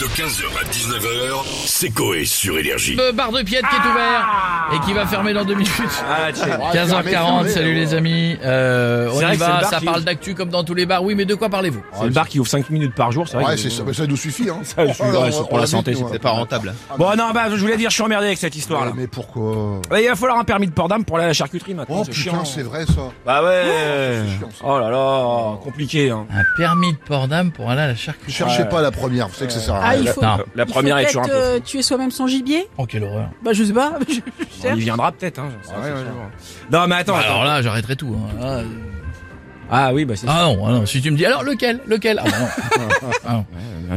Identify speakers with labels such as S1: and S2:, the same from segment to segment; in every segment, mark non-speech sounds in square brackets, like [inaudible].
S1: De 15h à 19h, c'est Coé sur Énergie.
S2: Le bar de piètre qui est ouvert et qui va fermer dans deux minutes.
S3: Ah, tiens.
S2: 15h40, salut les amis. Euh, on
S3: C'est vrai
S2: y
S3: que c'est le
S2: va,
S3: bar
S2: ça
S3: qui- Oh,
S2: parle d'actu comme dans tous les bars. Oui, mais de quoi parlez-vous
S3: C'est le bar qui ouvre 5 minutes par jour, c'est vrai.
S4: Ouais,
S3: que-
S4: c'est ça, mais ça nous suffit, hein.
S3: Ça, je suis- ouais, c'est pour la santé,
S4: C'est pas rentable.
S3: Bon, non, bah, je voulais dire, je suis emmerdé avec cette histoire là.
S4: hein. mais pourquoi
S3: il va falloir un permis de port d'âme pour aller à la charcuterie maintenant.
S4: Oh
S3: Oh, c'est
S4: putain,
S3: chiant.
S4: c'est vrai ça.
S3: Bah ouais.
S4: C'est chiant, ça.
S3: Oh là là, compliqué. Hein.
S2: Un permis de port d'âme pour aller à la charcuterie.
S4: Cherchez pas la première, vous savez que ça sert à
S5: Ah,
S4: rien.
S5: il faut.
S2: Non.
S3: La première est
S5: il faut
S3: toujours un
S5: peut-être,
S3: peu.
S5: euh, tuer soi-même son gibier
S2: Oh, quelle horreur.
S5: Bah je sais pas. [laughs] je- je
S3: On
S5: cherche.
S3: y viendra peut-être. Hein, ça,
S4: Ouais,
S3: c'est
S4: ouais,
S3: sûr.
S4: ouais.
S3: Non, mais attends.
S2: Bah
S3: attends.
S2: alors là, j'arrêterai tout. hein. Ah, euh,
S3: Ah oui, bah c'est.
S2: Ah non, ah non, si tu me dis, alors lequel Lequel Ah bah non.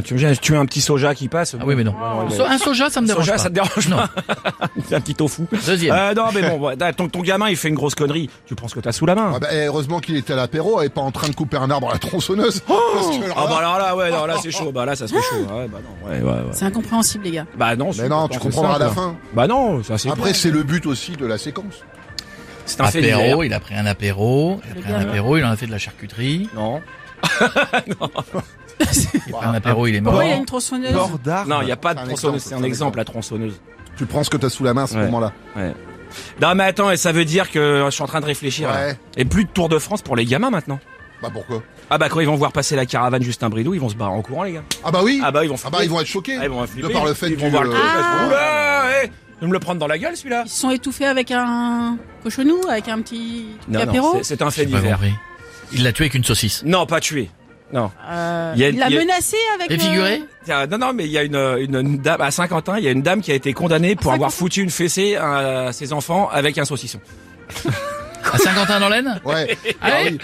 S3: Tu me gênes, tu veux un petit soja qui passe.
S2: Ah oui,
S5: [laughs]
S2: mais non. So- Un soja, ça me dérange
S3: Soja,
S2: pas.
S3: ça te dérange
S2: Non.
S3: pas [laughs] un petit
S4: [laughs]
S3: tofu.
S2: Deuxième.
S3: Euh, non, mais bon, ouais, ton, ton gamin, il fait une grosse connerie. Tu prends ce que t'as sous la main.
S4: Ah bah, eh, heureusement qu'il était à l'apéro et pas en train de couper un arbre à la tronçonneuse. Parce que alors
S3: Ah bah
S4: là-
S3: alors là ouais non, là c'est chaud bah là ça se fait
S4: [gasps]
S3: chaud ouais, bah non ouais ouais, ouais.
S5: C'est incompréhensible les gars. [laughs]
S3: bah non
S4: Mais
S3: c'est-
S4: non,
S3: attends,
S4: tu
S3: c'est
S4: comprendras à la
S3: simple.
S4: fin.
S3: bah non ça c'est
S4: Après, c'est le but aussi de la séquence.
S3: c'est un fait divers.
S2: Apéro, il a pris un apéro, il a
S5: Ah, Le
S2: pris un
S5: gamin.
S2: apéro, il en a fait de la charcuterie.
S3: non
S2: Il a pris un apéro, il est mort.
S5: Pourquoi Ah, il y a une
S3: Euh,
S5: tronçonneuse
S3: non il y a pas
S4: Ah, C'est
S3: de
S4: un
S3: tronçonneuse
S4: exemple,
S3: c'est
S4: c'est
S3: un
S4: un
S3: exemple la tronçonneuse
S4: Tu prends ce que t'as sous la main à ce
S3: Ouais.
S4: moment-là.
S3: non mais attends et ça veut dire que je suis en train de réfléchir là.
S4: Ouais.
S3: et plus de Tour de France pour les gamins maintenant
S4: Bah pourquoi
S3: ah bah quand ils vont voir passer la caravane Justin Bridou ils vont se barrer en courant les gars
S4: Ah bah oui.
S3: ah bah ils vont
S4: Ah
S3: flipper
S4: bah ils vont être choqués.
S3: Ah, ils vont flipper.
S4: De par le fait
S3: ils vont
S4: du,
S3: voir le truc
S4: euh,
S3: ils vont se-
S5: Ah.
S3: oula eh, ils vont me le prendre dans la gueule celui-là
S5: Ils se sont étouffés avec un cochonou, avec un petit, petit
S3: non non
S5: apéro.
S3: c'est- c'est un fait
S2: J'ai pas
S3: divers
S2: compris. Il l'a tué avec une saucisse.
S3: non pas tué non
S5: Euh,
S3: Il y a-
S5: il l'a
S3: il y a-
S5: menacé avec. euh,
S2: Et figuré
S3: Tiens, Non, non, mais il y a une, une, une dame à Saint-Quentin, il y a une dame qui a été condamnée pour
S5: À
S3: avoir
S5: Saint-Quentin
S3: foutu une fessée à ses enfants avec un saucisson.
S2: À Saint-Quentin dans l'Aisne
S3: [laughs]
S4: Ouais.
S2: Ah oui.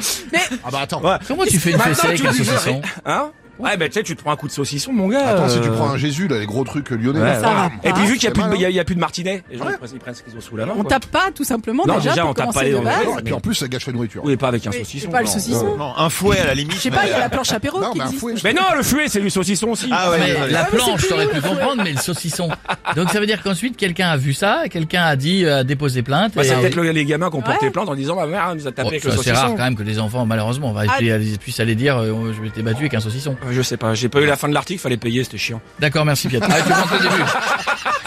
S4: Ah bah attends.
S3: Ouais.
S2: Comment tu fais une
S3: Maintenant,
S2: fessée avec
S3: tu
S2: un
S3: dis-
S2: saucisson
S3: Hein Ouais, bah tu sais, tu te prends un coup de saucisson, mon gars.
S4: Attends, si tu
S3: euh,
S4: prends un Jésus, là, les gros trucs lyonnais.
S3: ouais,
S4: là, Ah,
S3: ouais.
S5: Ça va
S3: Et
S5: pas.
S3: puis vu qu'il y a
S4: C'est
S3: plus de,
S4: mal,
S3: il y a- il y a plus de martinet, les gens
S4: Ouais.
S3: ils, prennent, ils prennent ce qu'ils ont sous la main.
S5: On
S3: quoi.
S5: tape pas tout simplement
S3: Non,
S5: déjà,
S3: déjà,
S5: pour
S3: on tape
S5: commencer
S3: pas les
S5: de
S3: gens.
S5: base.
S4: Et puis en plus, ça gâche la nourriture.
S3: Oui, pas avec un
S5: Oui,
S3: saucisson.
S5: c'est pas le
S3: genre.
S5: saucisson.
S6: Non, un fouet à la
S5: Je
S6: limite.
S5: sais pas,
S6: mais-
S5: il y a la planche apéro
S4: Non,
S5: qui
S4: mais un
S5: existe.
S4: fouet.
S3: Mais non, le fuet, c'est du saucisson aussi.
S6: Ah ouais,
S2: Mais
S6: désolé.
S2: la
S5: Ah, mais
S2: planche,
S5: c'est
S2: t'aurais
S5: plus
S2: pu
S5: lourd,
S2: comprendre, mais le saucisson. Donc ça veut dire qu'ensuite, quelqu'un a vu ça, quelqu'un a dit, euh, a déposé plainte.
S3: Bah,
S2: et-
S3: c'est peut-être le- les gamins qui ont porté
S5: Ouais.
S3: plainte en disant bah, ma mère elle nous a tapé
S2: Bon,
S3: avec
S2: ça,
S3: le
S2: c'est rare
S3: saucisson.
S2: quand même que les enfants, malheureusement, on va
S5: Ah.
S2: puissent, puissent aller dire, euh, je m'étais battu avec un saucisson.
S3: Euh, Je sais pas, j'ai pas eu la fin de l'article, fallait payer, c'était chiant.
S2: D'accord, merci Pierre. Ah, tu le montres au début.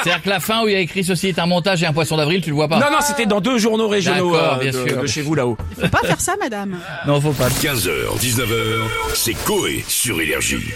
S2: C'est-à-dire que la fin où il y a écrit ceci est un montage et un poisson d'avril, tu le vois pas.
S3: Non, non, c'était dans deux journaux régionaux
S2: D'accord,
S3: euh,
S2: bien
S3: de,
S2: sûr.
S3: de chez vous là-haut.
S5: Faut pas faire ça, madame.
S2: non faut pas.
S1: 15h, 19h, c'est Coé sur Énergie.